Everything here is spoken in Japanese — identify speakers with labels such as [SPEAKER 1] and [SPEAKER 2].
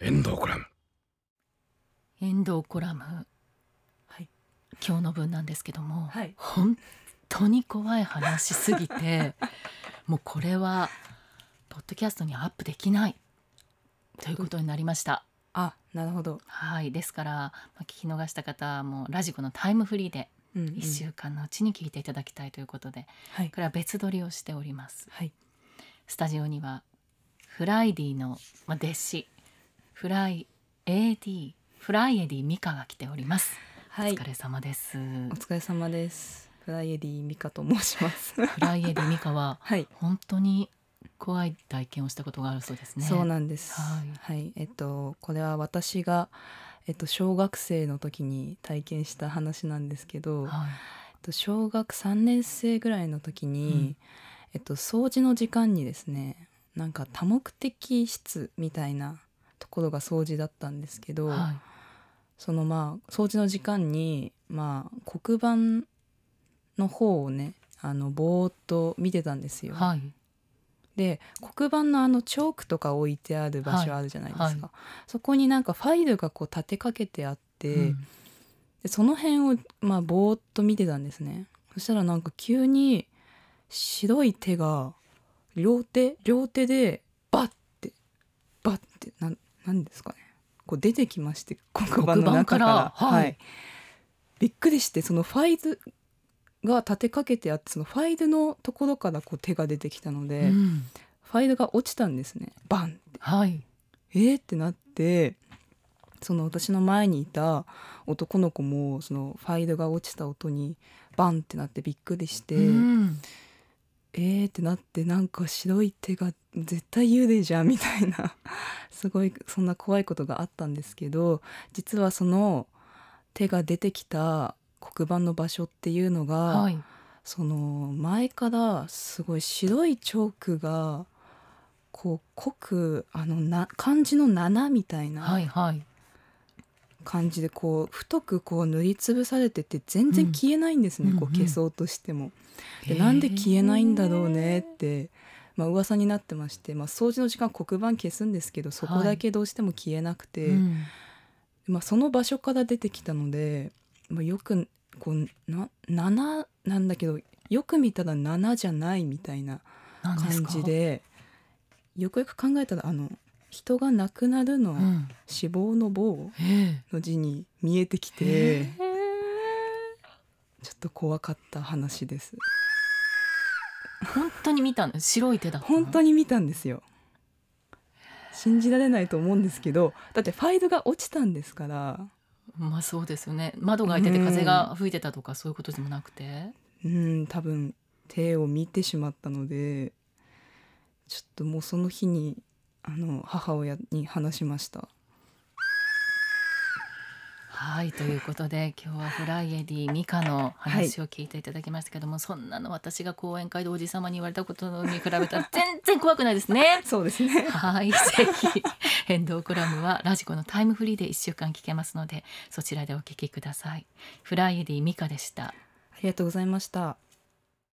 [SPEAKER 1] 遠藤コラム
[SPEAKER 2] 遠藤コラム
[SPEAKER 3] はい
[SPEAKER 2] 今日の分なんですけども、
[SPEAKER 3] はい
[SPEAKER 2] 本当に怖い話しすぎ てもうこれはポッドキャストにアップできないということになりました。
[SPEAKER 3] あなるほど、
[SPEAKER 2] はいですから、まあ、聞き逃した方もラジコのタイムフリーで
[SPEAKER 3] うんうん
[SPEAKER 2] 1週間のうちに聞いていただきたいということで、
[SPEAKER 3] はい
[SPEAKER 2] これは別撮りをしております。
[SPEAKER 3] はい
[SPEAKER 2] スタジオにはフライディのまあ弟子フライ AD フライエディミカが来ております。
[SPEAKER 3] はい
[SPEAKER 2] お疲れ様です。
[SPEAKER 3] お疲れ様ですフライエディミカと申します
[SPEAKER 2] フライエディミカは
[SPEAKER 3] はい、
[SPEAKER 2] 本当に怖い体験をしたことがあるそうですね。
[SPEAKER 3] そうなんです
[SPEAKER 2] はい
[SPEAKER 3] えっとこれは私がえっと小学生の時に体験した話なんですけど、
[SPEAKER 2] はい。
[SPEAKER 3] えっと小学3年生ぐらいの時に、
[SPEAKER 2] うん
[SPEAKER 3] えっと、掃除の時間にですねなんか多目的室みたいなところが掃除だったんですけど、
[SPEAKER 2] はい。
[SPEAKER 3] そのまあ掃除の時間に、まあ、黒板の方をねあのぼーっと見てたんですよ。
[SPEAKER 2] はい。
[SPEAKER 3] で黒板のあのチョークとか置いてある場所あるじゃないですか、
[SPEAKER 2] はいはい
[SPEAKER 3] そこになんかファイルがこう立てかけてあって、
[SPEAKER 2] うん
[SPEAKER 3] でその辺をまあぼーっと見てたんですねそしたらなんか急に白い手が両手両手でバッてバッてなんなんですかねこう出てきまして黒板の中から
[SPEAKER 2] 黒板からはい
[SPEAKER 3] びっくりしてそのファイルが立てかけてあってそのファイルのところからこう手が出てきたので、
[SPEAKER 2] うん
[SPEAKER 3] ファイルが落ちたんですねバンって
[SPEAKER 2] はい。
[SPEAKER 3] えー、ってなってその私の前にいた男の子もそのファイルが落ちた音にバンってなってびっくりして、
[SPEAKER 2] うん
[SPEAKER 3] えーってなってなんか白い手が絶対幽霊じゃんみたいな すごいそんな怖いことがあったんですけど実はその手が出てきた黒板の場所っていうのが、
[SPEAKER 2] はい。
[SPEAKER 3] その前からすごい白いチョークがこう濃くあのな漢字の「7」みたい
[SPEAKER 2] は。
[SPEAKER 3] ない
[SPEAKER 2] はい。
[SPEAKER 3] 感じでこう太くこう塗りつぶされてて全然消えないんですね、
[SPEAKER 2] うん
[SPEAKER 3] こ
[SPEAKER 2] う
[SPEAKER 3] うん
[SPEAKER 2] うん
[SPEAKER 3] 消そうとしても。でなんで消えないんだろうねって、まあ噂になってまして、まあ、掃除の時間黒板消すんですけどそこだけどうしても消えなくて、
[SPEAKER 2] うん
[SPEAKER 3] まあ、その場所から出てきたので、まあ、よくこうな7なんだけどよく見たら7じゃないみたいな
[SPEAKER 2] なんす
[SPEAKER 3] 感
[SPEAKER 2] か
[SPEAKER 3] じ。でよくよく考えたらあの人が亡くなるの、
[SPEAKER 2] うん。
[SPEAKER 3] 死亡の棒
[SPEAKER 2] ええ。
[SPEAKER 3] の字に見えてき
[SPEAKER 2] へ
[SPEAKER 3] てちょっと怖かった話です
[SPEAKER 2] 本当に見たの白い手だったの。
[SPEAKER 3] 本当に見たんですよ信じられないと思うんですけどだってファイルが落ちたんですから
[SPEAKER 2] まあそうですよね。窓が開いてて風が吹いてたとかそういうことでもなくて。
[SPEAKER 3] うん多分手を見てしまったのでちょっともうその日にあの母親に話しました。
[SPEAKER 2] はいということで今日はフライエディミカの話を聞いていただきましたけども、そんなの私が講演会でおじさまに言われたことに比べたら全然怖くないですね
[SPEAKER 3] そうですね
[SPEAKER 2] はいぜひ変動コラムはラジコのタイムフリーで1週間聞けますのでそちらでお聞きください。フライエディミカでした。
[SPEAKER 3] ありがとうございました